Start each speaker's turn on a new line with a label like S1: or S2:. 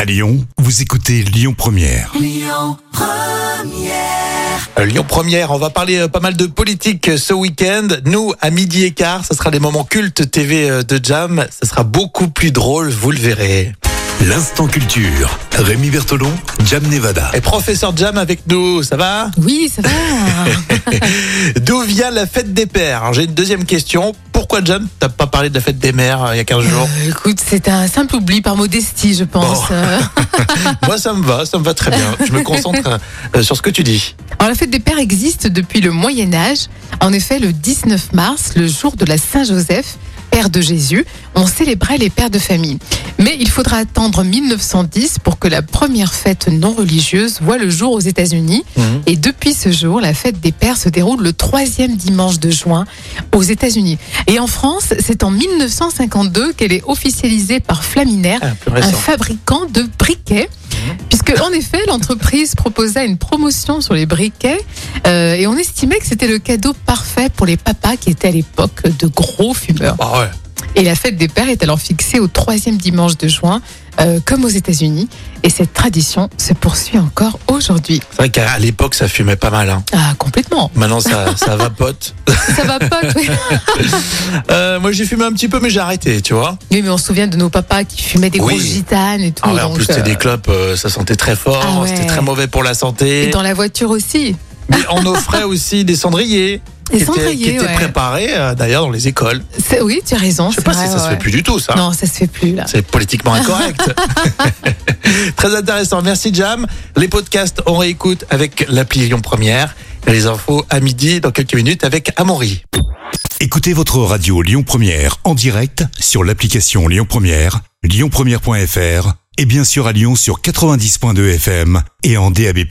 S1: À Lyon, vous écoutez Lyon Première.
S2: Euh, Lyon Première, on va parler euh, pas mal de politique euh, ce week-end. Nous, à midi et quart, ce sera les moments cultes TV euh, de Jam. Ce sera beaucoup plus drôle, vous le verrez.
S1: L'instant culture. Rémi Bertolon, Jam Nevada.
S2: Et professeur Jam avec nous, ça va
S3: Oui, ça va.
S2: D'où vient la fête des pères Alors, J'ai une deuxième question. Pourquoi Jam, t'as pas parlé de la fête des mères euh, il y a 15 jours
S3: Euh, Écoute, c'est un simple oubli par modestie, je pense. Euh,
S2: Moi, ça me va, ça me va très bien. Je me concentre euh, euh, sur ce que tu dis.
S3: Alors, la fête des pères existe depuis le Moyen Âge. En effet, le 19 mars, le jour de la Saint-Joseph, père de Jésus, on célébrait les pères de famille. Mais il faudra attendre 1910 pour que la première fête non religieuse voit le jour aux États-Unis. Et depuis ce jour, la fête des pères se déroule le troisième dimanche de juin aux États-Unis. Et en France, c'est en 1952 qu'elle est officialisée par Flaminaire,
S2: Ah, plus
S3: un
S2: récent.
S3: fabricant de briquets.
S2: Mhm.
S3: Puisque en effet, l'entreprise proposa une promotion sur les briquets euh, et on estimait que c'était le cadeau parfait pour les papas qui étaient à l'époque de gros fumeurs.
S2: Ah ouais.
S3: Et la fête des pères est alors fixée au troisième dimanche de juin, euh, comme aux États-Unis, et cette tradition se poursuit encore aujourd'hui.
S2: C'est vrai qu'à à l'époque, ça fumait pas mal. hein.
S3: Ah, complètement.
S2: Maintenant, ça, ça vapote.
S3: Ça va pas. oui.
S2: Euh, moi, j'ai fumé un petit peu, mais j'ai arrêté, tu vois.
S3: Oui, mais on se souvient de nos papas qui fumaient des
S2: Oui.
S3: grosses gitanes et tout.
S2: Ah ouais, en
S3: donc,
S2: plus, c'était
S3: euh,
S2: des clopes, euh, ça sentait très fort,
S3: Ah ouais.
S2: c'était très mauvais pour la
S3: et
S2: santé.
S3: dans la voiture aussi.
S2: Mais on offrait aussi des cendriers.
S3: Des
S2: qui étaient-
S3: cendriers,
S2: Qui étaient
S3: ouais.
S2: préparés, euh, d'ailleurs, dans les écoles.
S3: C'est- Oui, tu as raison.
S2: Je sais
S3: c'est
S2: pas
S3: vrai,
S2: si ça se
S3: ouais.
S2: fait plus du tout, ça.
S3: Non, ça se fait plus là.
S2: C'est politiquement incorrect. très intéressant. Merci, Jam. Les podcasts, on réécoute avec l'appli Lyon Première. Et les infos à midi, dans quelques minutes, avec Amaury.
S1: Écoutez votre radio Lyon Première en direct sur l'application Lyon Première, lyonpremière.fr et bien sûr à Lyon sur 90.2 FM et en DAB+.